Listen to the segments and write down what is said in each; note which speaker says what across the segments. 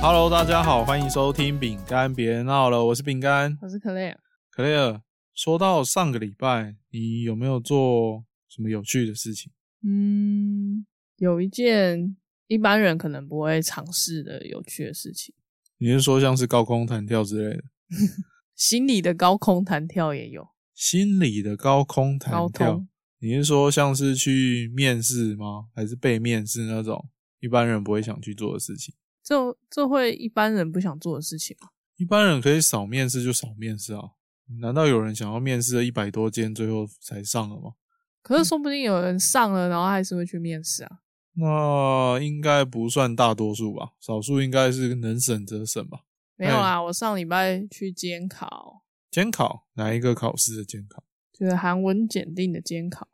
Speaker 1: Hello，大家好，欢迎收听饼干，别闹了，我是饼干
Speaker 2: 我是 Claire。
Speaker 1: Claire。说到上个礼拜，你有没有做什么有趣的事情？
Speaker 2: 嗯，有一件一般人可能不会尝试的有趣的事情，
Speaker 1: 你是说像是高空弹跳之类的？
Speaker 2: 心理的高空弹跳也有，
Speaker 1: 心理的高空弹
Speaker 2: 高
Speaker 1: 跳
Speaker 2: 空？
Speaker 1: 你是说像是去面试吗？还是被面试那种一般人不会想去做的事情？
Speaker 2: 这这会一般人不想做的事情吗？
Speaker 1: 一般人可以少面试就少面试啊，难道有人想要面试了一百多间，最后才上了吗？
Speaker 2: 可
Speaker 1: 嗯
Speaker 2: 是说不定有人上了，然后还是会去面试啊。
Speaker 1: 那应该不算大多数吧，少数应该是能省则省吧。
Speaker 2: 没有啦，我上礼拜去监考，
Speaker 1: 监考哪一个考试的监考？
Speaker 2: 就是韩文检定的监考。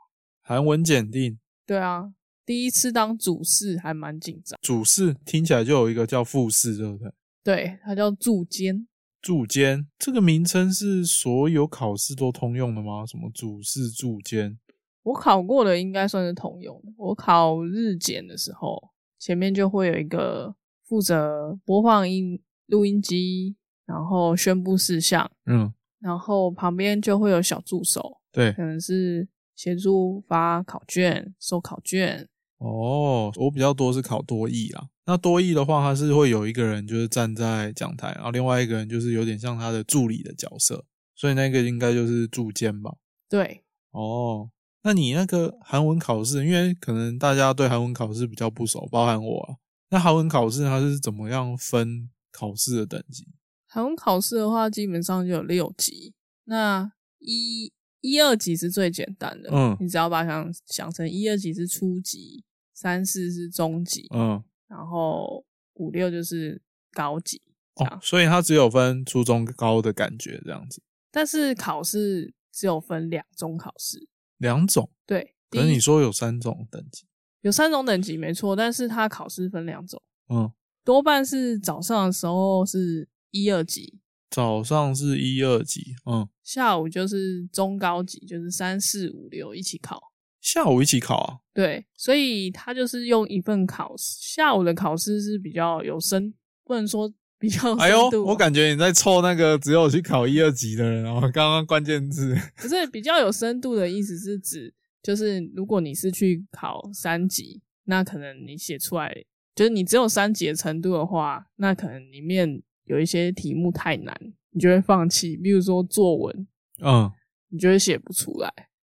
Speaker 1: 韩文检定
Speaker 2: 对啊，第一次当主事还蛮紧张。
Speaker 1: 主试听起来就有一个叫复试，对不对？
Speaker 2: 对，它叫驻监，
Speaker 1: 助监这个名称是所有考试都通用的吗？什么主试、助监？
Speaker 2: 我考过的应该算是通用的。我考日检的时候，前面就会有一个负责播放音录音机，然后宣布事项，
Speaker 1: 嗯，
Speaker 2: 然后旁边就会有小助手，
Speaker 1: 对。
Speaker 2: 可能是协助发考卷、收考卷。
Speaker 1: 哦，我比较多是考多益啦。那多益的话，它是会有一个人就是站在讲台，然后另外一个人就是有点像他的助理的角色，所以那个应该就是助监吧。
Speaker 2: 对，
Speaker 1: 哦，那你那个韩文考试，因为可能大家对韩文考试比较不熟，包含我啊。那韩文考试它是怎么样分考试的等级？
Speaker 2: 韩文考试的话，基本上就有六级。那一一二级是最简单的，
Speaker 1: 嗯
Speaker 2: 你只要把它想想成一二级是初级，三四是中级，
Speaker 1: 嗯，
Speaker 2: 然后五六就是高级这样。
Speaker 1: 哦，所以它只有分初中高的感觉这样子，
Speaker 2: 但是考试只有分两种考试，
Speaker 1: 两种。
Speaker 2: 对，
Speaker 1: 可
Speaker 2: 第
Speaker 1: 是
Speaker 2: 一
Speaker 1: 你说有三种等级，
Speaker 2: 有三种等级没错，但是它考试分两种，
Speaker 1: 嗯，
Speaker 2: 多半是早上的时候是一二级，
Speaker 1: 早上是一二级，嗯，
Speaker 2: 下午就是中高级，就是三四五六一起考。
Speaker 1: 下午一起考啊。
Speaker 2: 对，所以他就是用一份考试，下午的考试是比较有深，不能说比较
Speaker 1: 哎呦
Speaker 2: 深度，哦、
Speaker 1: 我感觉你在凑那个只有去考一二级的人哦。刚刚关键字，
Speaker 2: 可是比较有深度的意思是指，就是如果你是去考三级，那可能你写出来，就是你只有三级的程度的话，那可能里面有一些题目太难，你就会放弃。比如说作文，
Speaker 1: 嗯，
Speaker 2: 你就会写不出来。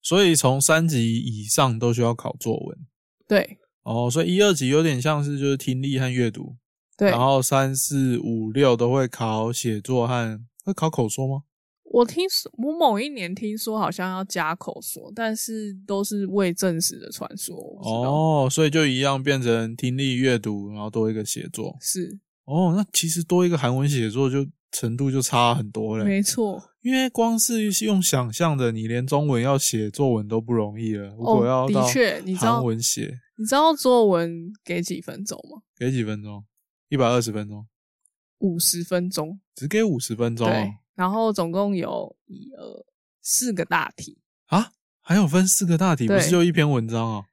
Speaker 1: 所以从三级以上都需要考作文
Speaker 2: 对
Speaker 1: 哦。所以一二级有点像是就是听力和阅读，
Speaker 2: 对
Speaker 1: 然，后三四五六都会考写作和会考口说吗？
Speaker 2: 我听说我某一年听说好像要加口说，但是都是未证实的传说。我不知道，
Speaker 1: 哦，所以就一样变成听力、阅读，然后多一个写作。
Speaker 2: 是
Speaker 1: 哦，那其实多一个韩文写作就程度就差很多嘞。
Speaker 2: 没错。
Speaker 1: 因为光是用想象的，你连中文要写作文都不容易了。如果要
Speaker 2: 哦，
Speaker 1: 到
Speaker 2: 的确，你知道
Speaker 1: 韩文写，
Speaker 2: 你知道作文给几分钟吗？
Speaker 1: 给几分钟？一百二十分钟，
Speaker 2: 五十分钟。
Speaker 1: 只给五十分钟
Speaker 2: 对
Speaker 1: 哦，
Speaker 2: 然后总共有一二四个大题。
Speaker 1: 啊！还有分四个大题，不
Speaker 2: 对
Speaker 1: 是就一篇文章哦？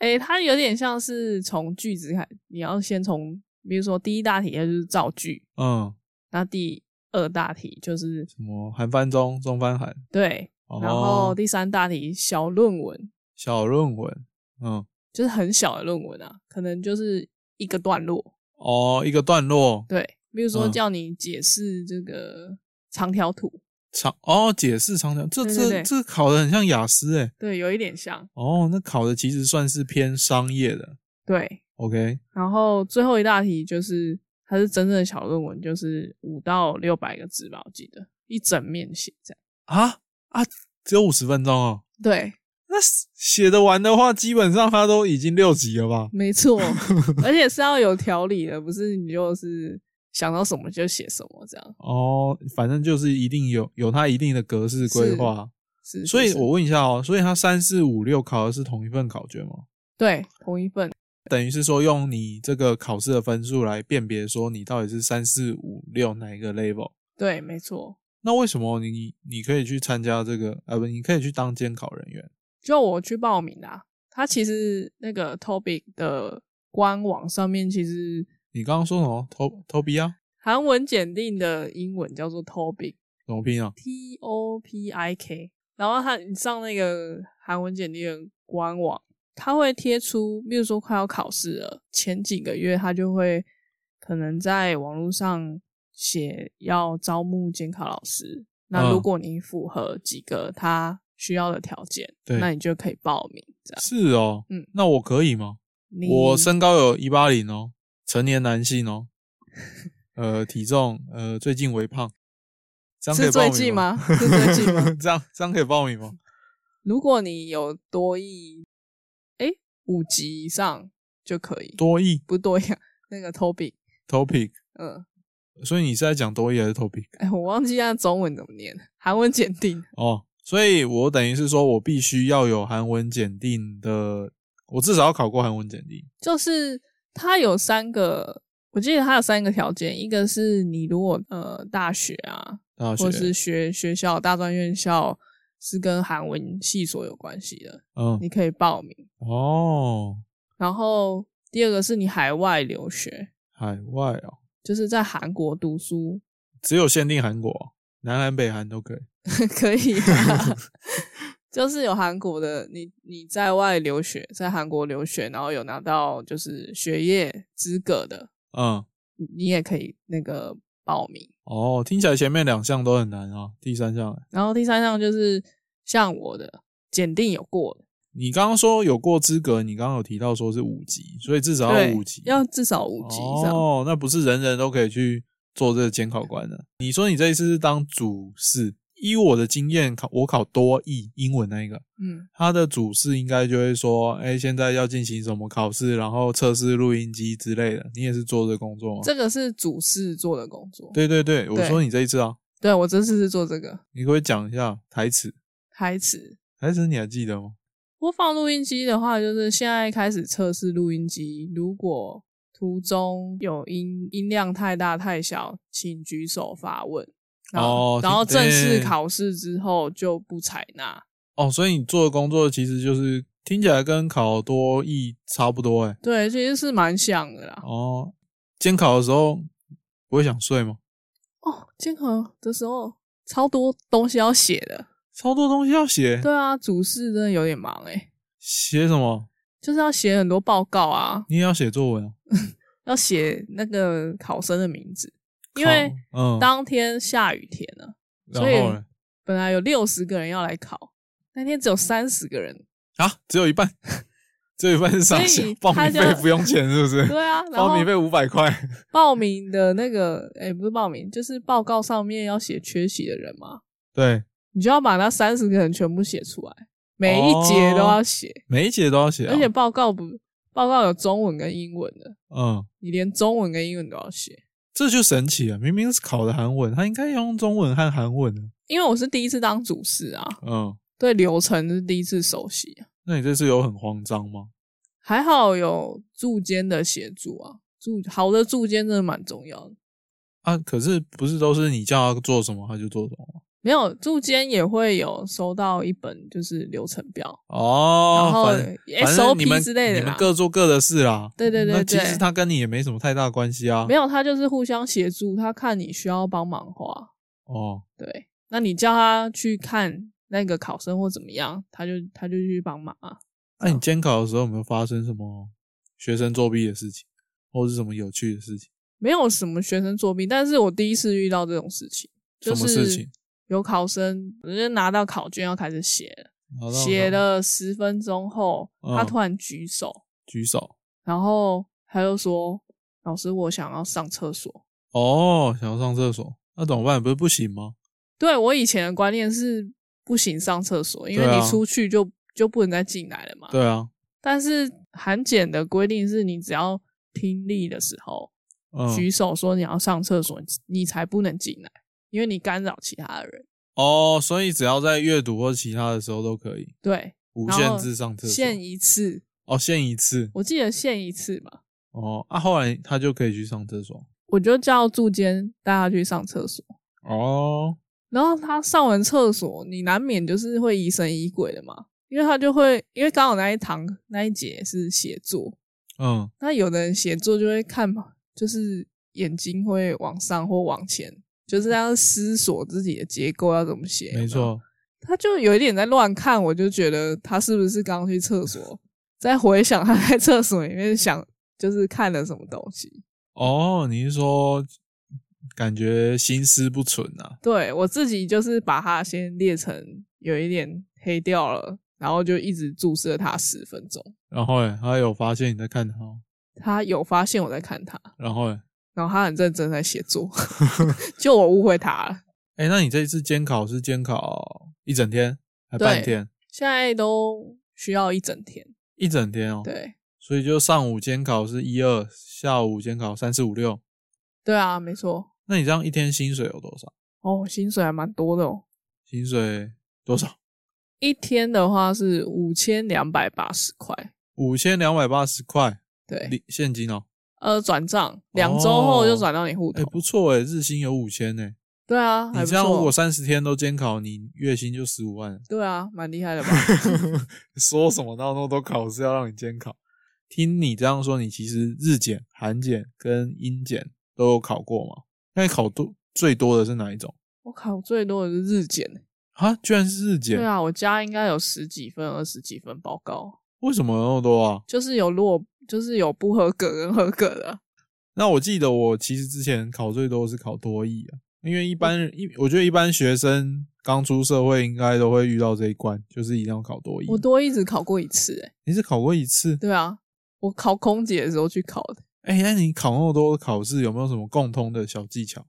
Speaker 2: 诶，它有点像是从句子开，你要先从，比如说第一大题它就是造句，
Speaker 1: 嗯，
Speaker 2: 那第二大题就是
Speaker 1: 什么韩翻中，中翻韩，
Speaker 2: 对，
Speaker 1: 哦
Speaker 2: 然后第三大题小论文，
Speaker 1: 小论文，嗯，
Speaker 2: 就是很小的论文啊，可能就是一个段落。
Speaker 1: 哦，一个段落
Speaker 2: 对，比如说
Speaker 1: 嗯
Speaker 2: 叫你解释这个长条图，
Speaker 1: 长哦，解释长条，这
Speaker 2: 对对
Speaker 1: 这
Speaker 2: 对
Speaker 1: 这考的很像雅思诶。
Speaker 2: 对，有一点像。
Speaker 1: 哦，那考的其实算是偏商业的
Speaker 2: 对，
Speaker 1: ，OK，
Speaker 2: 然后最后一大题就是它是真正的小论文，就是五到六百个字吧，我记得一整面写这样。
Speaker 1: 啊啊，只有五十分钟哦。
Speaker 2: 对，
Speaker 1: 那写得完的话，基本上它都已经六级了吧？
Speaker 2: 没错，而且是要有条理的，不是你就是想到什么就写什么这样。
Speaker 1: 哦，反正就是一定有有它一定的格式规划。
Speaker 2: 是，是
Speaker 1: 所以
Speaker 2: 是
Speaker 1: 我问一下哦，所以它三四五六考的是同一份考卷吗？
Speaker 2: 对同一份，
Speaker 1: 等于是说用你这个考试的分数来辨别说你到底是三四五六哪一个 level？
Speaker 2: 对，没错。
Speaker 1: 那为什么你你可以去参加这个？啊不，你可以去当监考人员
Speaker 2: 就我去报名啦、它其实那个 Topic 的官网上面其实
Speaker 1: 你刚刚说什么？投投币啊？
Speaker 2: 韩文检定的英文叫做 TOPIK，T
Speaker 1: 怎么拼啊？
Speaker 2: O P I K。然后他你上那个韩文检定的官网，他会贴出，比如说快要考试了，前几个月他就会可能在网络上写要招募监考老师。那
Speaker 1: 嗯
Speaker 2: 如果你符合几个他需要的条件，
Speaker 1: 对
Speaker 2: 那你就可以报名。这样，
Speaker 1: 是哦，
Speaker 2: 嗯
Speaker 1: 那我可以吗？
Speaker 2: 你
Speaker 1: 我身高有一八零哦，成年男性哦，呃，体重呃最近微胖，这样可以
Speaker 2: 是
Speaker 1: 报
Speaker 2: 最
Speaker 1: 名
Speaker 2: 近？吗？是最 近吗？
Speaker 1: 这样这样可以报名吗？
Speaker 2: 如果你有多亿，哎、五级以上就可以，
Speaker 1: 多亿
Speaker 2: 不多呀，那个 Toby，
Speaker 1: topic，
Speaker 2: 嗯，
Speaker 1: 所以你是在讲多亿还是 topic？
Speaker 2: 哎、我忘记它中文怎么念，韩文检定，
Speaker 1: 哦，所以我等于是说我必须要有韩文检定的，我至少要考过韩文检定。
Speaker 2: 就是它有三个，我记得它有三个条件，一个是你如果呃大学啊，
Speaker 1: 大学
Speaker 2: 或是学学校大专院校是跟韩文系所有关系的，
Speaker 1: 嗯
Speaker 2: 你可以报名。
Speaker 1: 哦，
Speaker 2: 然后第二个是你海外留学，
Speaker 1: 海外哦，
Speaker 2: 就是在韩国读书
Speaker 1: 只有限定韩国哦、南韩北韩都可以。
Speaker 2: 可以 啊，就是有韩国的，你你在外留学，在韩国留学，然后有拿到就是学业资格的，
Speaker 1: 嗯，
Speaker 2: 你你也可以那个报名。
Speaker 1: 哦，听起来前面两项都很难啊，第三项
Speaker 2: 然后第三项就是像我的检定有过的，
Speaker 1: 你刚刚说有过资格，你刚刚有提到说是五级，所以至少
Speaker 2: 对
Speaker 1: 要五级，
Speaker 2: 要至少五级以上。
Speaker 1: 哦，那不是人人都可以去做这个监考官的。你说你这一次是当主试，依我的经验，考我考多译英文那一个，
Speaker 2: 嗯，
Speaker 1: 他的主试应该就会说，哎，现在要进行什么考试，然后测试录音机之类的。你也是做这个工作吗？
Speaker 2: 这个是主事做的工作。
Speaker 1: 对对对，我
Speaker 2: 对
Speaker 1: 说你这一次啊，
Speaker 2: 对，我这次是做这个
Speaker 1: 你可不可以讲一下台词？
Speaker 2: 台词。
Speaker 1: 台词你还记得吗？
Speaker 2: 播放录音机的话，就是现在开始测试录音机。如果途中有音音量太大太小，请举手发问。然后
Speaker 1: 哦
Speaker 2: 然后
Speaker 1: 对
Speaker 2: 正式考试之后就不采纳。
Speaker 1: 哦，所以你做的工作其实就是听起来跟考多译差不多、诶哎
Speaker 2: 对，其实是蛮像的啦。
Speaker 1: 哦，监考的时候不会想睡吗？
Speaker 2: 哦，监考的时候超多东西要写的。
Speaker 1: 超多东西要写，
Speaker 2: 对啊，主事真的有点忙诶、欸
Speaker 1: 写什么？
Speaker 2: 就是要写很多报告啊，
Speaker 1: 你也要写作文啊？
Speaker 2: 要写那个考生的名字，因为
Speaker 1: 靠嗯，
Speaker 2: 当天下雨天呢、
Speaker 1: 然
Speaker 2: 所以
Speaker 1: 后嘞
Speaker 2: 本来有六十个人要来考，那天只有三十个人。
Speaker 1: 啊，只有一半， 只有一半是上
Speaker 2: 所
Speaker 1: 下
Speaker 2: 以，
Speaker 1: 报
Speaker 2: 他
Speaker 1: 名
Speaker 2: 就
Speaker 1: 费不用钱是不是？
Speaker 2: 对啊，然
Speaker 1: 报
Speaker 2: 后
Speaker 1: 名费五百块，
Speaker 2: 报名的那个，哎、不是报名，就是报告上面要写缺席的人嘛，
Speaker 1: 对，
Speaker 2: 你就要把那三十个人全部写出来，每一节都
Speaker 1: 哦
Speaker 2: 要写，
Speaker 1: 每一节都要写、啊，
Speaker 2: 而且报告不报告有中文跟英文的，
Speaker 1: 嗯，
Speaker 2: 你连中文跟英文都要写。
Speaker 1: 这就神奇了，明明是考的韩文，他应该要用中文和韩文的，
Speaker 2: 因为我是第一次当主事啊，
Speaker 1: 嗯，
Speaker 2: 对流程是第一次熟悉啊、
Speaker 1: 那你这次有很慌张吗？
Speaker 2: 还好有助监的协助啊，助好的助监真的蛮重要的。
Speaker 1: 啊，可是不是都是你叫他做什么他就做什么吗？
Speaker 2: 没有，住间也会有收到一本就是流程表，然后
Speaker 1: 哦，反
Speaker 2: SOP 之类的
Speaker 1: 你们
Speaker 2: 啦。
Speaker 1: 各做各的事啦。
Speaker 2: 对对对
Speaker 1: 那其
Speaker 2: 对
Speaker 1: 实他跟你也没什么太大关系啊。
Speaker 2: 没有，他就是互相协助，他看你需要帮忙的话，
Speaker 1: 哦，
Speaker 2: 对，那你叫他去看那个考生或怎么样，他就他就去帮忙啊。
Speaker 1: 那、你监考的时候有没有发生什么学生作弊的事情，或是什么有趣的事情？
Speaker 2: 没有什么学生作弊，但是我第一次遇到这种事情，就
Speaker 1: 什么事
Speaker 2: 是
Speaker 1: 情
Speaker 2: 有考生人家拿到考卷要开始写了，
Speaker 1: 拿到
Speaker 2: 写了十分钟后，
Speaker 1: 嗯
Speaker 2: 他突然举手，
Speaker 1: 举手
Speaker 2: 然后他就说：“老师，我想要上厕所。”
Speaker 1: 哦，想要上厕所，那怎么办？不是不行吗？
Speaker 2: 对我以前的观念是不行上厕所，因为
Speaker 1: 对
Speaker 2: 你
Speaker 1: 啊
Speaker 2: 出去就、就不能再进来了嘛。
Speaker 1: 对啊，
Speaker 2: 但是韩检的规定是你只要听力的时候、举
Speaker 1: 嗯，
Speaker 2: 手说你要上厕所，你你才不能进来，因为你干扰其他的人。
Speaker 1: 哦，所以只要在阅读或其他的时候都可以，
Speaker 2: 对，
Speaker 1: 无
Speaker 2: 然
Speaker 1: 限
Speaker 2: 后
Speaker 1: 制上厕所，
Speaker 2: 限一次，
Speaker 1: 哦，限一次
Speaker 2: 我记得限一次嘛，
Speaker 1: 哦，啊，后来他就可以去上厕所
Speaker 2: 我就叫住监带他去上厕所。
Speaker 1: 哦，
Speaker 2: 然后他上完厕所，你难免就是会疑神疑鬼的嘛，因为他就会，因为刚好那一堂那一节是写作，
Speaker 1: 嗯，
Speaker 2: 那有的人写作就会看就是眼睛会往上或往前，就是要思索自己的结构要怎么写。
Speaker 1: 没，错，
Speaker 2: 他就有一点在乱看，我就觉得他是不是刚去厕所，在回想他在厕所里面想就是看了什么东西。
Speaker 1: 哦，你是说感觉心思不纯啊？
Speaker 2: 对我自己就是把它先列成有一点黑掉了，然后就一直注视了它十分钟。
Speaker 1: 然后诶，他有发现你在看他哦，
Speaker 2: 他有发现我在看他，
Speaker 1: 然后诶，
Speaker 2: 然后他很认真在写 作，就我误会他了。
Speaker 1: 哎，那你这一次监考是监考一整天还
Speaker 2: 对
Speaker 1: 半天？
Speaker 2: 现在都需要一整天，
Speaker 1: 一整天哦，
Speaker 2: 对
Speaker 1: 所以就上午监考是一二，下午监考三四五六。
Speaker 2: 对啊，没错。
Speaker 1: 那你这样一天薪水有多少？
Speaker 2: 哦，薪水还蛮多的哦，
Speaker 1: 薪水多少？
Speaker 2: 一天的话是五千两百八十块，
Speaker 1: 五千两百八十块，
Speaker 2: 对，
Speaker 1: 零现金哦。
Speaker 2: 呃，转账两周后就
Speaker 1: 哦
Speaker 2: 转到你户
Speaker 1: 哎、
Speaker 2: 头，
Speaker 1: 不错哎，日薪有五千哎。
Speaker 2: 对啊，还
Speaker 1: 你
Speaker 2: 不
Speaker 1: 这样如
Speaker 2: 错
Speaker 1: 果，三十天都监考，你月薪就十五 万了。
Speaker 2: 对啊，蛮厉 害的吧？
Speaker 1: 说什么到那么多考试要让你监考？听你这样说，你其实日检、韩检跟英检都有考过嘛？那你考多最多的是哪一种
Speaker 2: 我考最多的是日检，
Speaker 1: 啊？居然是日检？
Speaker 2: 对啊，我家应该有十几份、二十几份报告，
Speaker 1: 为什么有那么多啊？
Speaker 2: 就是有落，就是有不合格跟合格的，啊
Speaker 1: 那我记得我其实之前考最多是考多益啊，因为一般人一我觉得一般学生刚出社会应该都会遇到这一关，就是一定要考多益。
Speaker 2: 我多一只考过一次、欸，
Speaker 1: 你是考过一次？
Speaker 2: 对啊，我考空姐的时候去考的，
Speaker 1: 哎、那你考那么多考试，有没有什么共通的小技巧？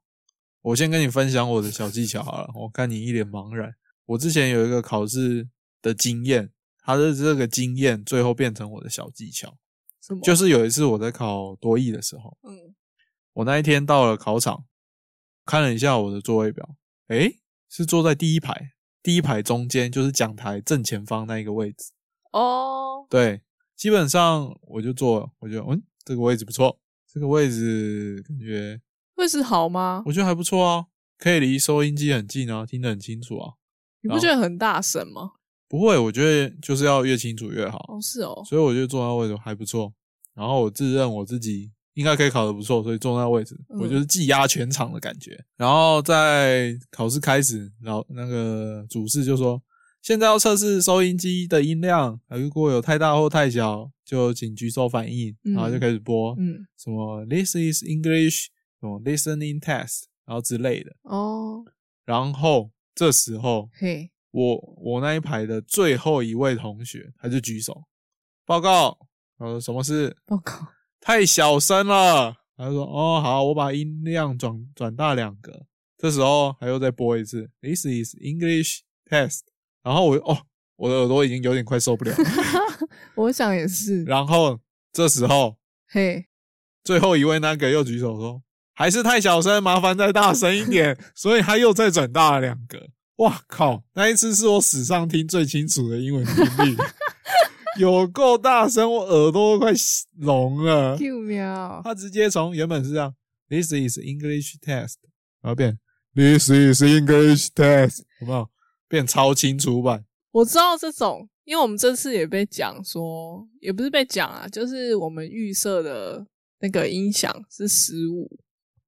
Speaker 1: 我先跟你分享我的小技巧好了，我看你一脸茫然。我之前有一个考试的经验，它的这个经验最后变成我的小技巧，
Speaker 2: 什么？
Speaker 1: 就是有一次我在考多益的时候，
Speaker 2: 嗯，
Speaker 1: 我那一天到了考场，看了一下我的座位表，诶，是坐在第一排，第一排中间就是讲台正前方那一个位置。
Speaker 2: 哦，
Speaker 1: 对，基本上我就坐了，我觉得嗯，这个位置不错，这个位置感觉
Speaker 2: 会是好吗？
Speaker 1: 我觉得还不错啊，可以离收音机很近啊，听得很清楚啊。
Speaker 2: 你不觉得很大声吗？
Speaker 1: 不会，我觉得就是要越清楚越好，啊
Speaker 2: 哦，是哦，
Speaker 1: 所以我觉得坐那位置还不错。然后我自认我自己应该可以考得不错，所以坐那位置，
Speaker 2: 嗯
Speaker 1: 我就是技压全场的感觉。然后在考试开始，然后那个主事就说：“现在要测试收音机的音量，呃如果有太大或太小，就请举手反应。
Speaker 2: 嗯
Speaker 1: 然后就开始播、
Speaker 2: 嗯，
Speaker 1: 什么 “This is English”，什么 “Listening Test”，然后之类的。
Speaker 2: 哦，
Speaker 1: 然后这时候，
Speaker 2: 嘿，
Speaker 1: 我我那一排的最后一位同学，他就举手报告，呃，什么事？
Speaker 2: 报告，
Speaker 1: 太小声了。他就说：“哦，好，我把音量转转大两格。”这时候他又再播一次：“This is English test。”然后我哦，我的耳朵已经有点快受不了了。
Speaker 2: 我想也是，
Speaker 1: 然后这时候
Speaker 2: 嘿，
Speaker 1: 最后一位那个又举手说：“还是太小声，麻烦再大声一点。”所以他又再转大了两格。哇靠！那一次是我史上听最清楚的英文听力，有够大声，我耳朵都快聋了。
Speaker 2: 救命啊！
Speaker 1: 他直接从原本是这样，This is English test，然后变 This is English test，有没有？变超清楚版。
Speaker 2: 我知道这种，因为我们这次也被讲说，也不是被讲啊，就是我们预设的那个音响是十五，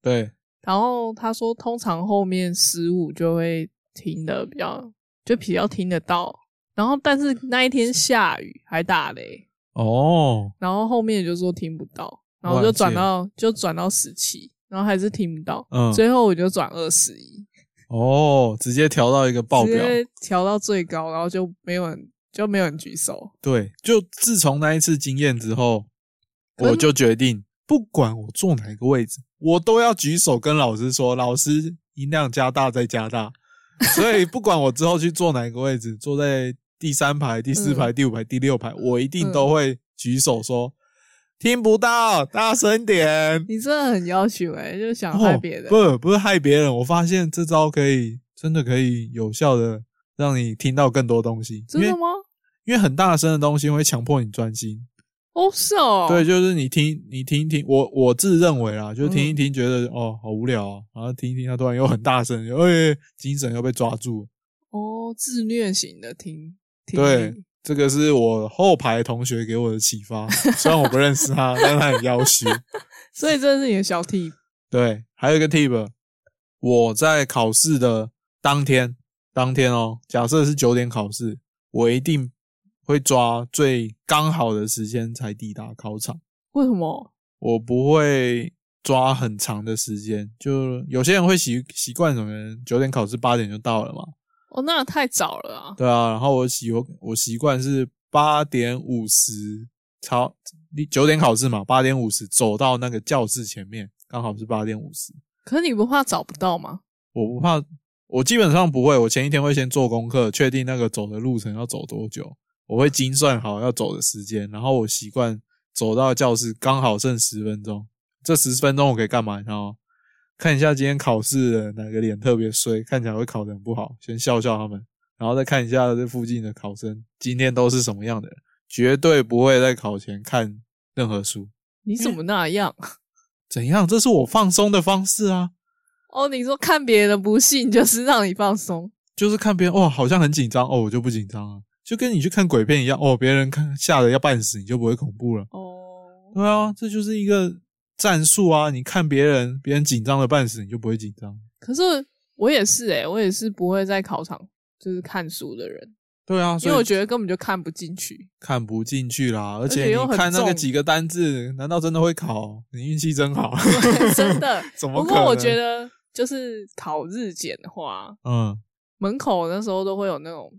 Speaker 1: 对，
Speaker 2: 然后他说通常后面十五就会听得比较，就比较听得到。然后但
Speaker 1: 嗯
Speaker 2: 是那一天下雨还打雷，
Speaker 1: 哦，
Speaker 2: 然后后面就说听不到，然后
Speaker 1: 哇
Speaker 2: 就转
Speaker 1: 塞
Speaker 2: 到就转到十七，然后还是听不到，
Speaker 1: 嗯，
Speaker 2: 最后我就转二十一，
Speaker 1: 哦，直接调到一个爆
Speaker 2: 直
Speaker 1: 表。
Speaker 2: 接调到最高，然后就没有人就没有人举手。
Speaker 1: 对，就自从那一次经验之后，
Speaker 2: 可是
Speaker 1: 我就决定，不管我坐哪个位置，我都要举手跟老师说，老师音量加大再加大。所以不管我之后去坐哪个位置，坐在第三排、第四
Speaker 2: 嗯
Speaker 1: 排、第五排、第六排，我一定都会举手说、听不到，大声点。
Speaker 2: 你真的很要求哎、就想害别人。
Speaker 1: 哦、不不是害别人，我发现这招可以真的可以有效的让你听到更多东西，
Speaker 2: 真
Speaker 1: 因
Speaker 2: 的
Speaker 1: 为
Speaker 2: 吗？
Speaker 1: 因为很大声的东西会强迫你专心。
Speaker 2: 哦，是哦，
Speaker 1: 对，，就是你听，你听一听，我我自认为啦，就听一听，觉得、哦好无聊啊，然后听一听，他突然又很大声，就哎、精神又被抓住了。
Speaker 2: 哦，自虐型的听听
Speaker 1: 对
Speaker 2: 力，
Speaker 1: 这个是我后排同学给我的启发，虽然我不认识他，但他很要求。
Speaker 2: 所以这是你的小 tip。
Speaker 1: 对，还有一个 tip，我在考试的当天，当天哦，假设是九点考试，我一定会抓最刚好的时间才抵达考场。
Speaker 2: 为什么？
Speaker 1: 我不会抓很长的时间，就有些人会习习惯什么人九点考试八点就到了嘛，
Speaker 2: 哦，那太早了啊！
Speaker 1: 对啊，然后我习我习惯是八点五十超九点考试嘛，八点五十走到那个教室前面，刚好是八点五十。
Speaker 2: 可是你不怕找不到吗？
Speaker 1: 我不怕，我基本上不会，我前一天会先做功课，确定那个走的路程要走多久，我会精算好要走的时间，然后我习惯走到教室刚好剩十分钟，这十分钟我可以干嘛？然后看一下今天考试的哪个脸特别衰，看起来会考得很不好，先笑笑他们，然后再看一下这附近的考生今天都是什么样的人，绝对不会在考前看任何书。
Speaker 2: 你怎
Speaker 1: 嗯
Speaker 2: 么那样？
Speaker 1: 怎样？这是我放松的方式啊。
Speaker 2: 哦，你说看别人的不幸就是让你放松，
Speaker 1: 就是看别人哇，好像很紧张哦，我就不紧张啊，就跟你去看鬼片一样哦，别人看吓得要半死，你就不会恐怖了。
Speaker 2: 哦，
Speaker 1: 对啊，这就是一个战术啊！你看别人，别人紧张的半死，你就不会紧张。
Speaker 2: 可是我也是诶、我也是不会在考场就是看书的人，
Speaker 1: 对啊，
Speaker 2: 因为
Speaker 1: 所
Speaker 2: 我
Speaker 1: 以
Speaker 2: 觉得根本就看不 进去。
Speaker 1: 看不进去啦，而
Speaker 2: 且
Speaker 1: 且
Speaker 2: 又
Speaker 1: 你
Speaker 2: 很
Speaker 1: 看那个
Speaker 2: 重
Speaker 1: 几个单字，难道真的会考？你运气真 好，
Speaker 2: 真的
Speaker 1: 怎么
Speaker 2: 不
Speaker 1: 可能？
Speaker 2: 过我觉，得就是考日检的话，
Speaker 1: 嗯，
Speaker 2: 门口那时候都会有那种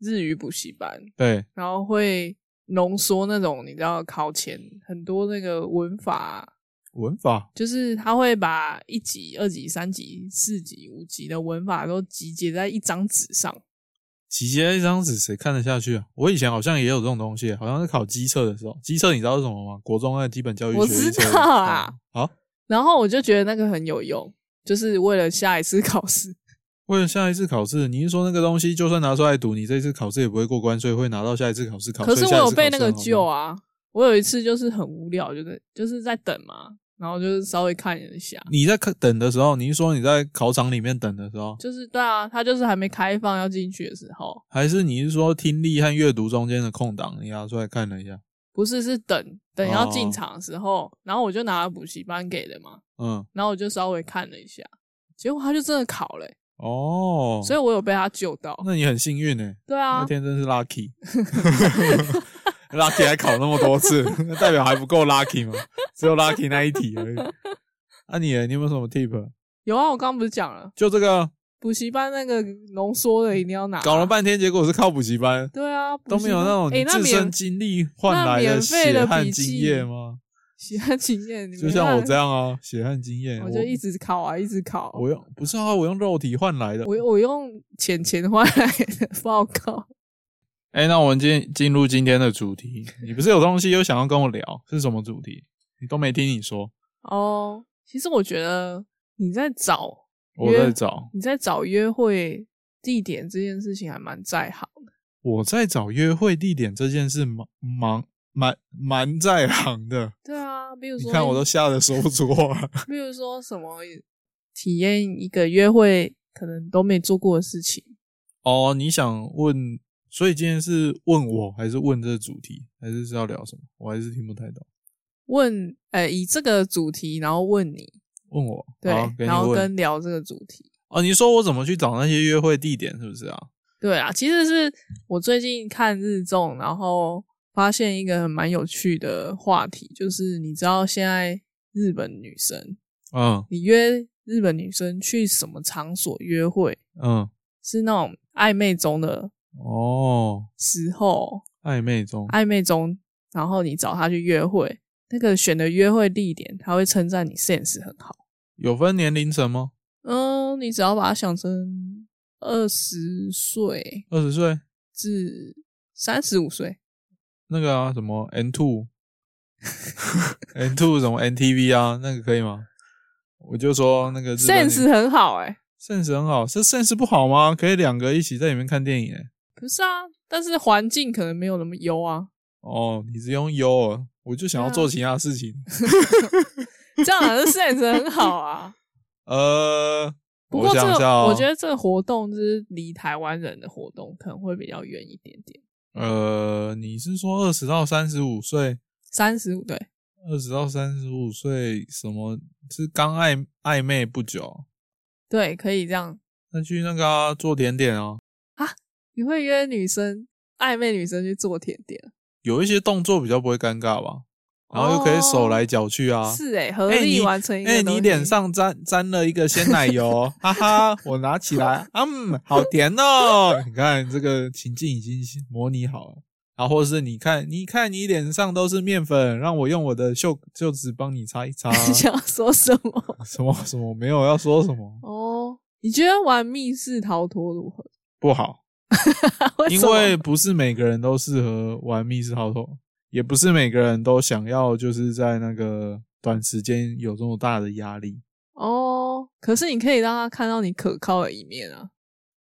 Speaker 2: 日语补习班，
Speaker 1: 对，
Speaker 2: 然后会浓缩那种你知道考前很多那个文法，啊
Speaker 1: 文法，
Speaker 2: 就是他会把一级、二级、三级、四级、五级的文法都集结在一张纸上。
Speaker 1: 集结一张纸，谁看得下去啊？我以前好像也有这种东西，好像是考机测的时候，机测你知道是什么吗？国中那个基本教育
Speaker 2: 我
Speaker 1: 学
Speaker 2: 知
Speaker 1: 一测
Speaker 2: 道啊，
Speaker 1: 好、啊，
Speaker 2: 然后我就觉得那个很有用，就是为了下一次考试。
Speaker 1: 为了下一次考试，你是说那个东西就算拿出来赌，你这次考试也不会过关，所以会拿到下一次考试考？
Speaker 2: 可是
Speaker 1: 所以下
Speaker 2: 我
Speaker 1: 一
Speaker 2: 有
Speaker 1: 次考
Speaker 2: 被那
Speaker 1: 试
Speaker 2: 个
Speaker 1: 很好
Speaker 2: 救
Speaker 1: 用！
Speaker 2: 啊！我有一次就是很无聊，就是就是在等嘛，然后就是稍微看了一下，
Speaker 1: 你在看等的时候，你是说你在考场里面等的时候，
Speaker 2: 就是对啊，他就是还没开放要进去的时候，
Speaker 1: 还是你是说听力和阅读中间的空档，你拿出来看了一下？
Speaker 2: 不是是等等要
Speaker 1: 哦
Speaker 2: 进场的时候，然后我就拿了补习班给的嘛，
Speaker 1: 嗯，
Speaker 2: 然后我就稍微看了一下，结果他就真的考了欸、
Speaker 1: 哦，
Speaker 2: 所以我有被他救到。
Speaker 1: 那你很幸运呢、欸
Speaker 2: 对啊
Speaker 1: 那，天真是 lucky。lucky 还考那么多次，代表还不够 lucky 吗？只有 lucky 那一题而已。啊你呢，你有没有什么 tip？
Speaker 2: 有啊，我刚刚不是讲了，
Speaker 1: 就这个啊
Speaker 2: 补习班那个浓缩的一定要拿啊、
Speaker 1: 搞了半天，结果是靠补习班，
Speaker 2: 对啊，补
Speaker 1: 都没
Speaker 2: 习
Speaker 1: 有
Speaker 2: 班
Speaker 1: 那种
Speaker 2: 诶
Speaker 1: 你自
Speaker 2: 免
Speaker 1: 身经历换来
Speaker 2: 那免费
Speaker 1: 血
Speaker 2: 的
Speaker 1: 汗
Speaker 2: 笔
Speaker 1: 经
Speaker 2: 记
Speaker 1: 验吗？
Speaker 2: 血汗经验，你
Speaker 1: 就
Speaker 2: 没
Speaker 1: 像我
Speaker 2: 办
Speaker 1: 这样啊，血汗经验，
Speaker 2: 法，我就一直考啊，一直考。
Speaker 1: 我用不是啊，我用肉体换来的。
Speaker 2: 我我用钱钱换来的报告，
Speaker 1: 哎、那我们进进入今天的主题，你不是有东西又想要跟我聊，是什么主题？你都没听你说，
Speaker 2: 哦，其实我觉得你在找
Speaker 1: 我
Speaker 2: 约
Speaker 1: 在找，
Speaker 2: 你在找约会地点这件事情还蛮在行的，
Speaker 1: 我在找约会地点这件事忙忙蛮蛮在行的。
Speaker 2: 对啊，比如说
Speaker 1: 你看我都吓得说不出话。
Speaker 2: 比如说什么体验一个约会可能都没做过的事情，
Speaker 1: 哦，你想问，所以今天是问我还是问这个主题，还是是要聊什么？我还是听不太懂。
Speaker 2: 问呃以这个主题然后问你，
Speaker 1: 问我，
Speaker 2: 对
Speaker 1: 好，给你
Speaker 2: 然后
Speaker 1: 问
Speaker 2: 跟聊这个主题，
Speaker 1: 哦，你说我怎么去找那些约会地点，是不是啊？
Speaker 2: 对啊，其实是我最近看日综，然后发现一个很蛮有趣的话题，就是你知道现在日本女生，
Speaker 1: 嗯
Speaker 2: 你约日本女生去什么场所约会，
Speaker 1: 嗯，
Speaker 2: 是那种暧昧中的
Speaker 1: 哦，
Speaker 2: 时候，
Speaker 1: 暧昧中，
Speaker 2: 暧昧中，然后你找她去约会，那个选的约会地点，她会称赞你 sense 很好。
Speaker 1: 有分年龄层吗？
Speaker 2: 嗯，你只要把它想成二十岁
Speaker 1: 二十岁
Speaker 2: 至三十五岁，
Speaker 1: 那个啊，什么 N two ，N two 什么 NTV 啊，那个可以吗？我就说那个日本女
Speaker 2: sense 很好哎、
Speaker 1: sense 很好，是 sense 不好吗？可以两个一起在里面看电影、欸。
Speaker 2: 不是啊，但是环境可能没有那么优 啊。
Speaker 1: 哦，你只用优哦，我就想要
Speaker 2: 对啊
Speaker 1: 做其他事情。
Speaker 2: 这样还是 sense 很好啊。
Speaker 1: 呃，
Speaker 2: 不过
Speaker 1: 我
Speaker 2: 这
Speaker 1: 想一
Speaker 2: 个，
Speaker 1: 下哦
Speaker 2: 我觉得这个活动就是离台湾人的活动可能会比较远一点点。
Speaker 1: 呃，你是说二十到三十五岁？
Speaker 2: 三十五对，
Speaker 1: 二十到三十五岁，什么是刚暧暧昧不久，
Speaker 2: 对，可以这样。
Speaker 1: 那去那个啊、做甜点啊，
Speaker 2: 你会约女生暧昧女生去做甜点，
Speaker 1: 有一些动作比较不会尴尬吧，然后又可以手来脚去啊。
Speaker 2: 哦是哎、合
Speaker 1: 哎
Speaker 2: 力
Speaker 1: 你
Speaker 2: 完成一个
Speaker 1: 哎、
Speaker 2: 东
Speaker 1: 你
Speaker 2: 西
Speaker 1: 脸上沾沾了一个鲜奶油，哦哈哈，我拿起来，嗯，好甜哦！ 你看这个情境已经模拟好了，然后或是你看，你看你脸上都是面粉，让我用我的袖袖子帮你擦一 擦。
Speaker 2: 想要说什么？
Speaker 1: 什么什么没有要说什么
Speaker 2: 哦，你觉得玩密室逃脱如何？
Speaker 1: 不好，因
Speaker 2: 什么
Speaker 1: 为不是每个人都适合玩密室逃脱，也不是每个人都想要就是在那个短时间有这么大的压力
Speaker 2: 哦，可是你可以让他看到你可靠的一面啊。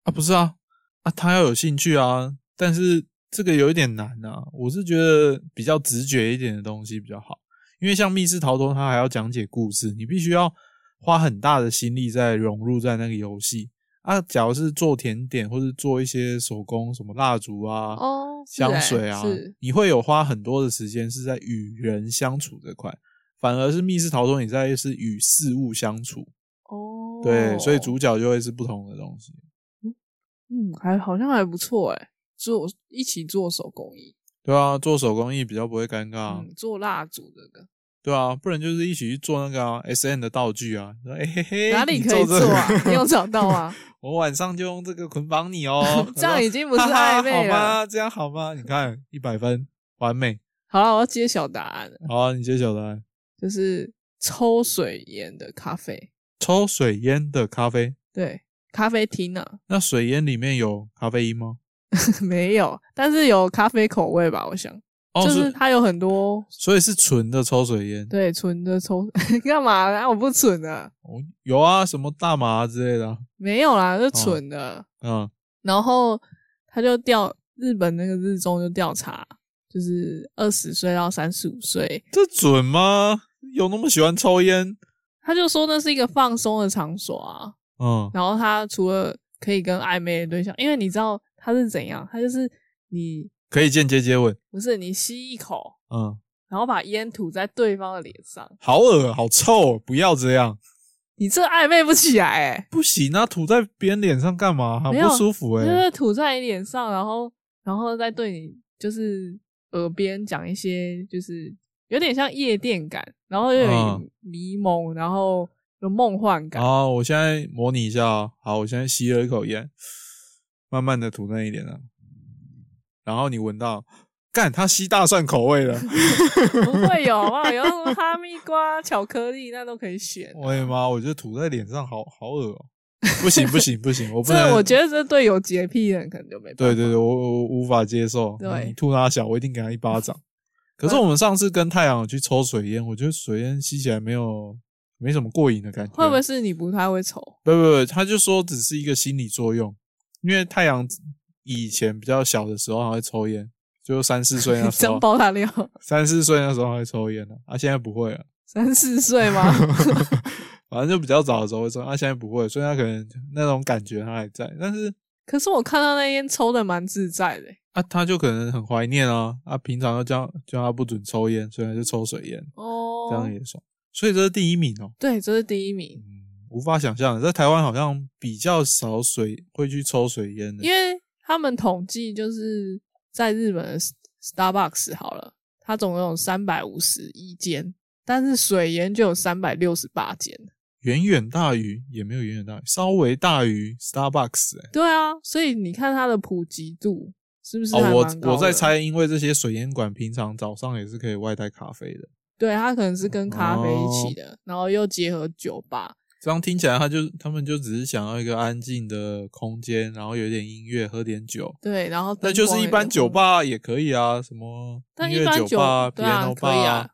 Speaker 1: 啊，不是啊啊，他要有兴趣啊，但是这个有一点难啊，我是觉得比较直觉一点的东西比较好，因为像密室逃脱，它还要讲解故事，你必须要花很大的心力在融入在那个游戏。啊，假如是做甜点或是做一些手工，什么蜡烛啊，
Speaker 2: 哦，是
Speaker 1: 香
Speaker 2: 欸
Speaker 1: 水啊
Speaker 2: 是，
Speaker 1: 你会有花很多的时间是在与人相处这块，反而是密室逃脱，你在是与事物相处，
Speaker 2: 哦，
Speaker 1: 对，所以主角就会是不同的东西。
Speaker 2: 嗯，还好像还不错哎、做一起做手工艺，
Speaker 1: 对啊，做手工艺比较不会尴尬啊，
Speaker 2: 嗯，做蜡烛这个
Speaker 1: 对啊，不然就是一起去做那个、啊、S N 的道具啊，说哎、嘿嘿，
Speaker 2: 哪里
Speaker 1: 你
Speaker 2: 可以
Speaker 1: 做
Speaker 2: 做
Speaker 1: 这个
Speaker 2: 啊？你有找到啊？，
Speaker 1: 我晚上就用这个捆绑你哦
Speaker 2: 这样已
Speaker 1: 经
Speaker 2: 经不是暧 昧
Speaker 1: 好
Speaker 2: 了。
Speaker 1: 吗？这样好吗？你看一百分，完美。
Speaker 2: 好了，我要揭晓答案了，
Speaker 1: 好啊、你揭晓答案，
Speaker 2: 就是抽水烟的咖啡，
Speaker 1: 抽水烟的咖啡，
Speaker 2: 对，咖啡厅啊，
Speaker 1: 那水烟里面有咖啡因吗？
Speaker 2: 没有，但是有咖啡口味吧？我想，
Speaker 1: 哦，
Speaker 2: 就是它有很多
Speaker 1: 所以是纯的抽水烟。
Speaker 2: 对纯的抽， 干嘛啊？我不纯的，
Speaker 1: 哦，有啊，什么大麻之类的啊、
Speaker 2: 没有啦，是纯的。
Speaker 1: 嗯，
Speaker 2: 然后他就调日本那个日中就调查，就是二十岁到三十五岁，
Speaker 1: 这准吗？有那么喜欢抽烟？
Speaker 2: 他就说那是一个放松的场所啊。
Speaker 1: 嗯，
Speaker 2: 然后他除了可以跟暧昧的对象，因为你知道他是怎样，他就是你
Speaker 1: 可以间接接吻。
Speaker 2: 不是你吸一口，
Speaker 1: 嗯，
Speaker 2: 然后把烟吐在对方的脸上，
Speaker 1: 好恶，好臭，哦不要这样，
Speaker 2: 你这暧昧不起来哎、
Speaker 1: 不行啊！吐在别人脸上干嘛？很
Speaker 2: 没有
Speaker 1: 不舒服哎、
Speaker 2: 就是吐在你脸上，然后然后再对你就是耳边讲一些，就是有点像夜店感，然后又有
Speaker 1: 嗯
Speaker 2: 迷蒙，然后有梦幻感。
Speaker 1: 啊，我现在模拟一下啊。好，我现在吸了一口烟，慢慢的吐那一点啊，然后你闻到，干，他吸大蒜口味了。
Speaker 2: 不会有啊，有什么哈密瓜、巧克力那都可以选。
Speaker 1: 我的妈！我觉得涂在脸上好好恶、哦不行不行不 行，我不
Speaker 2: 这
Speaker 1: 能。
Speaker 2: 我觉得这对有洁癖的人可能就没办法。
Speaker 1: 对对对，我我我无法接受。
Speaker 2: 对
Speaker 1: 你吐他小，我一定给他一巴掌。可是我们上次跟太阳有去抽水烟，我觉得水烟吸起来没有没什么过瘾的感觉。
Speaker 2: 会不会是你不太会抽？
Speaker 1: 不不不，他就说只是一个心理作用，因为太阳以前比较小的时候还会抽烟，就三四岁 那时
Speaker 2: 真
Speaker 1: 候，
Speaker 2: 爆他料，
Speaker 1: 三四岁那时候还会抽烟呢、啊，现在不会了。
Speaker 2: 三四岁吗？
Speaker 1: 反正就比较早的时候会抽，啊他、现在不会，所以他可能那种感觉他还在，但是
Speaker 2: 可是我看到那烟抽的蛮自在的欸、
Speaker 1: 啊，他就可能很怀念啊，啊，平常又叫叫他不准抽烟，所以他就抽水烟，
Speaker 2: 哦。
Speaker 1: 这样也爽。所以这是第一名哦，
Speaker 2: 对，这是第一名。
Speaker 1: 嗯，无法想象，在台湾好像比较少水会去抽水烟的
Speaker 2: 因，为他们统计就是在日本的 S- Starbucks 好了，它总共有三百五十一间，但是水源就有三百六十八间。
Speaker 1: 远远大于也没有远远大于，稍微大于 Starbucks 哎、
Speaker 2: 对啊，所以你看它的普及度是不是还蛮
Speaker 1: 哦
Speaker 2: 高，的
Speaker 1: 我我在，猜，因为这些水烟馆平常早上也是可以外带咖啡的，
Speaker 2: 对，它可能是跟咖啡一起
Speaker 1: 哦
Speaker 2: 的，然后又结合酒吧。
Speaker 1: 这样听起来他就他们就只是想要一个安静的空间，然后有点音乐，喝点酒，
Speaker 2: 对，然后
Speaker 1: 那
Speaker 2: 灯光
Speaker 1: 就是
Speaker 2: 也
Speaker 1: 一般
Speaker 2: 很
Speaker 1: 酒
Speaker 2: 丰富。
Speaker 1: 吧也可以啊，什么
Speaker 2: 但
Speaker 1: 音
Speaker 2: 一般
Speaker 1: 乐
Speaker 2: 酒
Speaker 1: 吧、
Speaker 2: 对啊
Speaker 1: piano
Speaker 2: 可以啊
Speaker 1: 吧，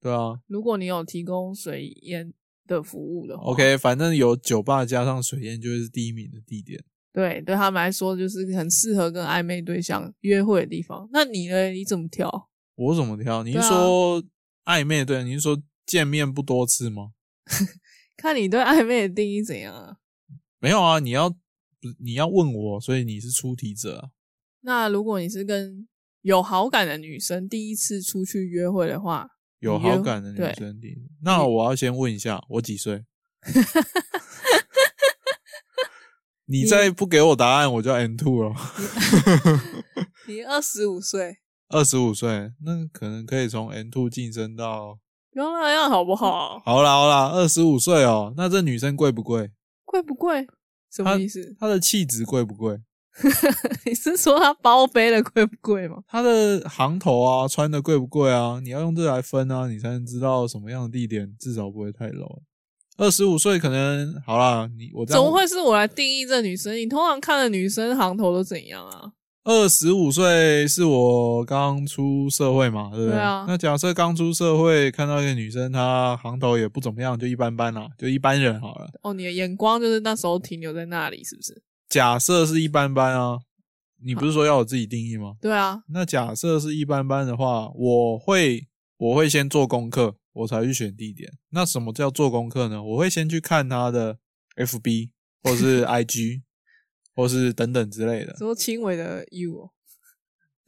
Speaker 1: 对啊。
Speaker 2: 如果你有提供水烟的服务的话
Speaker 1: OK，反正有酒吧加上水烟就是第一名的地点。
Speaker 2: 对，对他们来说就是很适合跟暧昧对象约会的地方。那你呢？你怎么挑？
Speaker 1: 我怎么挑？你是
Speaker 2: 对啊
Speaker 1: 说暧昧对？你是说见面不多次吗？
Speaker 2: 看你对暧昧的定义怎样啊？
Speaker 1: 没有啊，你要不是你要问我，所以你是出题者啊。
Speaker 2: 那如果你是跟有好感的女生第一次出去约会的话，
Speaker 1: 有
Speaker 2: 你约
Speaker 1: 好感的女
Speaker 2: 对
Speaker 1: 生第一次那我要先问一下，我几岁？ 你再不给我答案，我就 N two 了。
Speaker 3: 你二十五岁，
Speaker 1: 二十五岁，那可能可以从 N two 晋升到
Speaker 2: 不要那样好不 好？
Speaker 1: 好啦好啦，二十五岁哦。那这女生贵不贵？
Speaker 2: 贵不贵？
Speaker 3: 什么意思？
Speaker 1: 她的气质贵不贵？
Speaker 2: 你是说他包背的贵不贵吗？
Speaker 1: 她的行头啊，穿的贵不贵啊？你要用这来分啊，你才能知道什么样的地点至少不会太 low。二十五岁可能好啦，你我这
Speaker 2: 怎么
Speaker 1: 样
Speaker 2: 会是我来定义这女生？你通常看的女生行头都怎样啊？
Speaker 1: 二十五岁是我刚出社会嘛，对不对？
Speaker 2: 对啊
Speaker 1: 那假设刚出社会看到一个女生，她行头也不怎么样，就一般般啦，就一般人好了。
Speaker 2: 哦，你的眼光就是那时候停留在那里，是不是？
Speaker 1: 假设是一般般啊，你不是说要我自己定义吗？
Speaker 2: 对啊，
Speaker 1: 那假设是一般般的话，我会我会先做功课，我才去选地点。那什么叫做功课呢？我会先去看他的 FB 或是 IG 或是等等之类的。
Speaker 2: 说轻微的义务哦，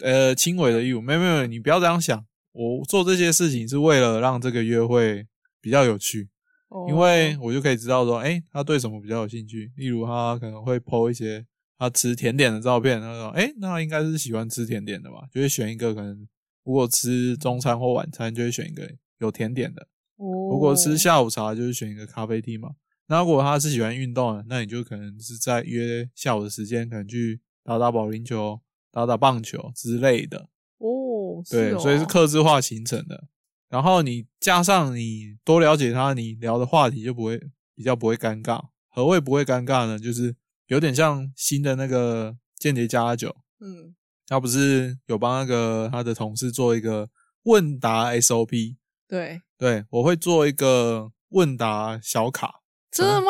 Speaker 1: 呃，轻微的义务，没有没有，没有你不要这样想。我做这些事情是为了让这个约会比较有趣，
Speaker 2: 哦
Speaker 1: 因为我就可以知道说，哎、他对什么比较有兴趣。例如，他可能会 PO 一些他吃甜点的照片，他说，哎、那他应该是喜欢吃甜点的吧？就会选一个可能，如果吃中餐或晚餐，就会选一个有甜点的；如
Speaker 2: 如
Speaker 1: 果吃下午茶，就是哦选一个咖啡厅嘛。那如果他是喜欢运动的，那你就可能是在约下午的时间，可能去打打保龄球、打打棒球之类的。
Speaker 2: 哦，
Speaker 1: 对，
Speaker 2: 哦
Speaker 1: 所以是克制化形成的。然后你加上你多了解他，你聊的话题就不会比较不会尴尬。何谓不会尴尬呢？就是有点像新的那个间谍加加酒，
Speaker 3: 嗯，
Speaker 1: 他不是有帮那个他的同事做一个问答 SOP？
Speaker 2: 对，
Speaker 1: 对我会做一个问答小卡，
Speaker 2: 真的吗？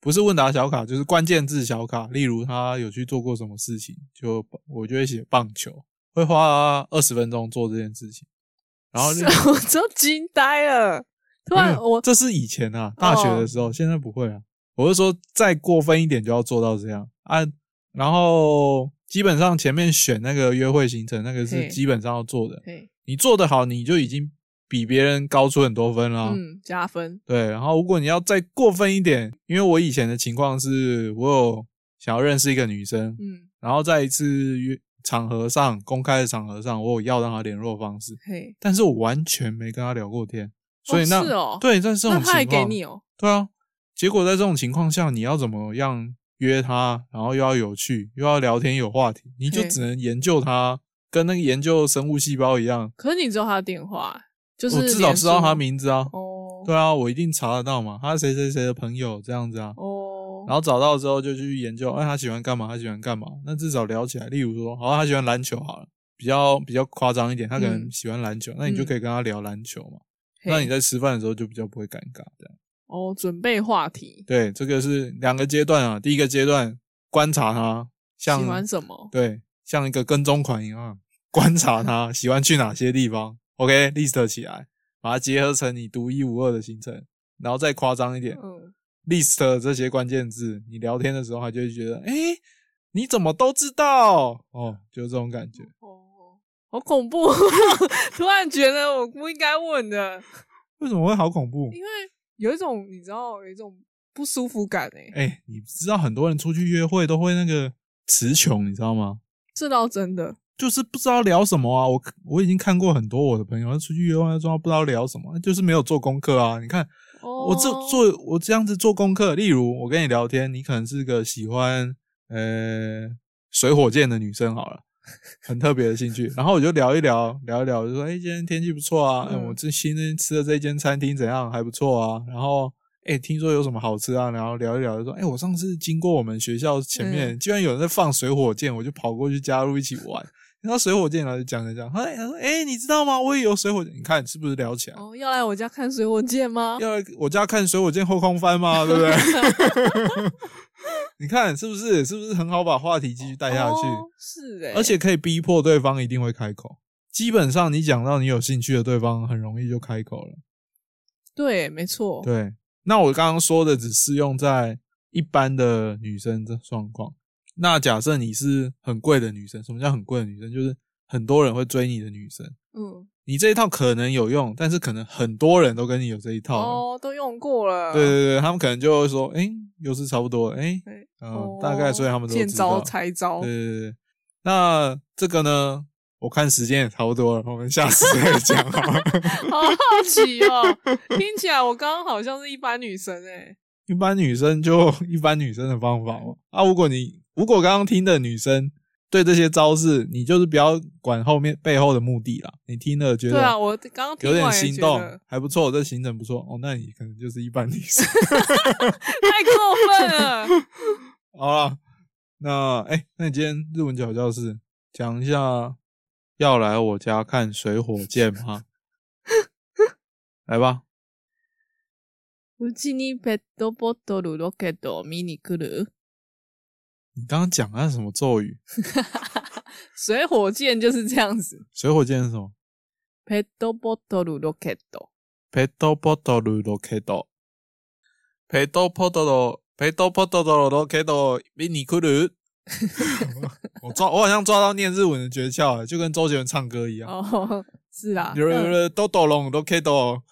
Speaker 1: 不是问答小卡，就是关键字小卡。例如他有去做过什么事情，就我就会写棒球，会花二十分钟做这件事情。然后另 嗯
Speaker 2: 我都惊呆了。突然
Speaker 1: 没有
Speaker 2: 啊我哦
Speaker 1: 这是以前啊，大学的时候，现在不会啊。我是说，再过分一点就要做到这样啊。然后基本上前面选那个约会行程，那个
Speaker 2: 嘿
Speaker 1: 是基本上要做的。
Speaker 2: 嘿，
Speaker 1: 你做得好，你就已经比别人高出很多分啦。
Speaker 2: 嗯，加分
Speaker 1: 对，然后如果你要再过分一点，因为我以前的情况是我有想要认识一个女生，
Speaker 2: 嗯，
Speaker 1: 然后在一次约场合上，公开的场合上，我有要到她联络方式，
Speaker 2: 嘿，
Speaker 1: 但是我完全没跟她聊过天，所以那、
Speaker 2: 是哦
Speaker 1: 对，在这种
Speaker 2: 那
Speaker 1: 情
Speaker 2: 他也
Speaker 1: 况，
Speaker 2: 给你哦，
Speaker 1: 对啊，结果在这种情况下，你要怎么样约她，然后又要有趣，又要聊天有话题，你就
Speaker 2: 嘿
Speaker 1: 只能研究她，跟那个研究生物细胞一样，
Speaker 2: 可是你知道他的电话，就是
Speaker 1: 我至少知道
Speaker 2: 他
Speaker 1: 她名字啊。
Speaker 2: 哦
Speaker 1: 对啊，我一定查得到嘛，他谁谁谁的朋友这样子啊，
Speaker 2: 哦，
Speaker 1: 然后找到之后就去研究，哎，他喜欢干嘛？他喜欢干嘛？那至少聊起来，例如说，好，啊他喜欢篮球好了，比较比较夸张一点，他可能
Speaker 2: 嗯
Speaker 1: 喜欢篮球，那你就
Speaker 2: 嗯
Speaker 1: 可以跟他聊篮球嘛。
Speaker 2: 嘿
Speaker 1: 那你在吃饭的时候就比较不会尴尬，这样。
Speaker 2: 哦准备话题，
Speaker 1: 对，这个是两个阶段啊，第一个阶段观察他，像
Speaker 2: 喜欢什么？
Speaker 1: 对，像一个跟踪狂一样啊观察他喜欢去哪些地方。OK，list、起来，把它结合成你独一无二的行程，然后再夸张一点，
Speaker 2: 嗯，
Speaker 1: list 这些关键字，你聊天的时候，他就会觉得，哎、你怎么都知道？哦，就这种感觉。
Speaker 2: 哦，好恐怖！ 突然觉得我不应该问的，
Speaker 1: 为什么会好恐怖？
Speaker 2: 因为
Speaker 3: 有一种你知道，有一种不舒服感哎、
Speaker 2: 欸
Speaker 1: 哎、你知道很多人出去约会都会那个词穷，你知道吗？
Speaker 3: 这倒真的，
Speaker 1: 就是不知道聊什么啊。我我已经看过很多我的朋友，他出去约会，他说他不知道聊什么，就是没有做功课啊。你看
Speaker 2: 哦
Speaker 1: 我这做我这样子做功课，例如我跟你聊天，你可能是个喜欢呃水火箭的女生好了，很特别的兴趣，然后我就聊一聊，聊一聊，就说哎、诶今天天气不错啊，哎、
Speaker 2: 嗯
Speaker 1: 我这新吃的这间餐厅怎样还不错啊，然后哎、诶听说有什么好吃啊，然后聊一聊就说哎、诶我上次经过我们学校前
Speaker 2: 嗯
Speaker 1: 面，居然有人在放水火箭，我就跑过去加入一起玩。然后水火箭，然后就讲讲讲，哎，他说，哎，你知道吗？我也有水火箭，你看是不是聊起来？
Speaker 2: 哦要来我家看水火箭吗？
Speaker 1: 要来我家看水火箭后空翻吗？对不对？ 你看是不是？是不是很好把话题继续带下去？
Speaker 2: 哦是
Speaker 3: 欸
Speaker 2: 哎，
Speaker 1: 而且可以逼迫对方一定会开口。基本上你讲到你有兴趣的，对方很容易就开口了。
Speaker 2: 对，没错，
Speaker 1: 对，那我刚刚说的只适用在一般的女生的状况。那假设你是很贵的女生，什么叫很贵的女生？就是很多人会追你的女生，
Speaker 3: 嗯，
Speaker 1: 你这一套可能有用，但是可能很多人都跟你有这一套了。
Speaker 3: 哦，都用过了，
Speaker 1: 对对对，他们可能就会说，哎、又是差不多，哎、
Speaker 3: 对，
Speaker 1: 嗯、
Speaker 3: 哦
Speaker 1: 大概，所以他们都
Speaker 3: 见
Speaker 1: 知道
Speaker 3: 招。拆招
Speaker 1: 对，对对对，那这个呢，我看时间也差不多了，我们下次再讲好了。
Speaker 3: 好好奇哦，听起来我刚刚好像是一般女生哎，
Speaker 1: 一般女生就一般女生的方法嘛。啊，如果你如果刚刚听的女生对这些招式，你就是不要管后面背后的目的啦。你听了觉
Speaker 3: 对啊，
Speaker 1: 得
Speaker 3: 我刚刚听
Speaker 1: 有
Speaker 3: 完
Speaker 1: 点
Speaker 3: 也
Speaker 1: 心
Speaker 3: 觉
Speaker 1: 动
Speaker 3: 得，
Speaker 1: 还不错，这行程不错哦，那你可能就是一般女生。
Speaker 3: 太过分 了。
Speaker 1: 好啦，那哎、那你今天日文小教室讲一下，要来我家看水火箭吗？ 来吧，
Speaker 2: うちにペットボトルロケットを見に 来る。
Speaker 1: 你刚刚讲那是什么咒语？
Speaker 2: 水火箭就是这样子。
Speaker 1: 水火箭是什么
Speaker 2: ペットボトルロケッ ト。
Speaker 1: ペットボトルロケット。ペットボトル、ペットボトルロケット見に来る。我抓，我好像抓到念日文的诀窍了，就跟周杰伦唱歌一样。
Speaker 2: 哦，是啦。
Speaker 1: 有
Speaker 3: 嗯
Speaker 1: 有有，豆豆龙ロケット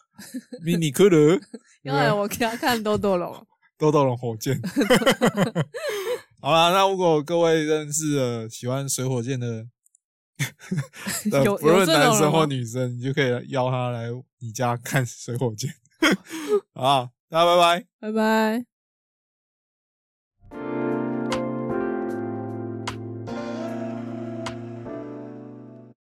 Speaker 1: 見に来 る。
Speaker 2: 要来我家看豆豆龙。
Speaker 1: 豆豆龙火箭。 好啦，那如果各位认识了喜欢水火箭的，的
Speaker 2: 有
Speaker 1: 不论
Speaker 2: 有这种
Speaker 1: 男
Speaker 2: 人
Speaker 1: 生
Speaker 2: 吗
Speaker 1: 或女生，你就可以 邀他来你家看水火箭。好啊，大家拜拜。
Speaker 2: 拜拜。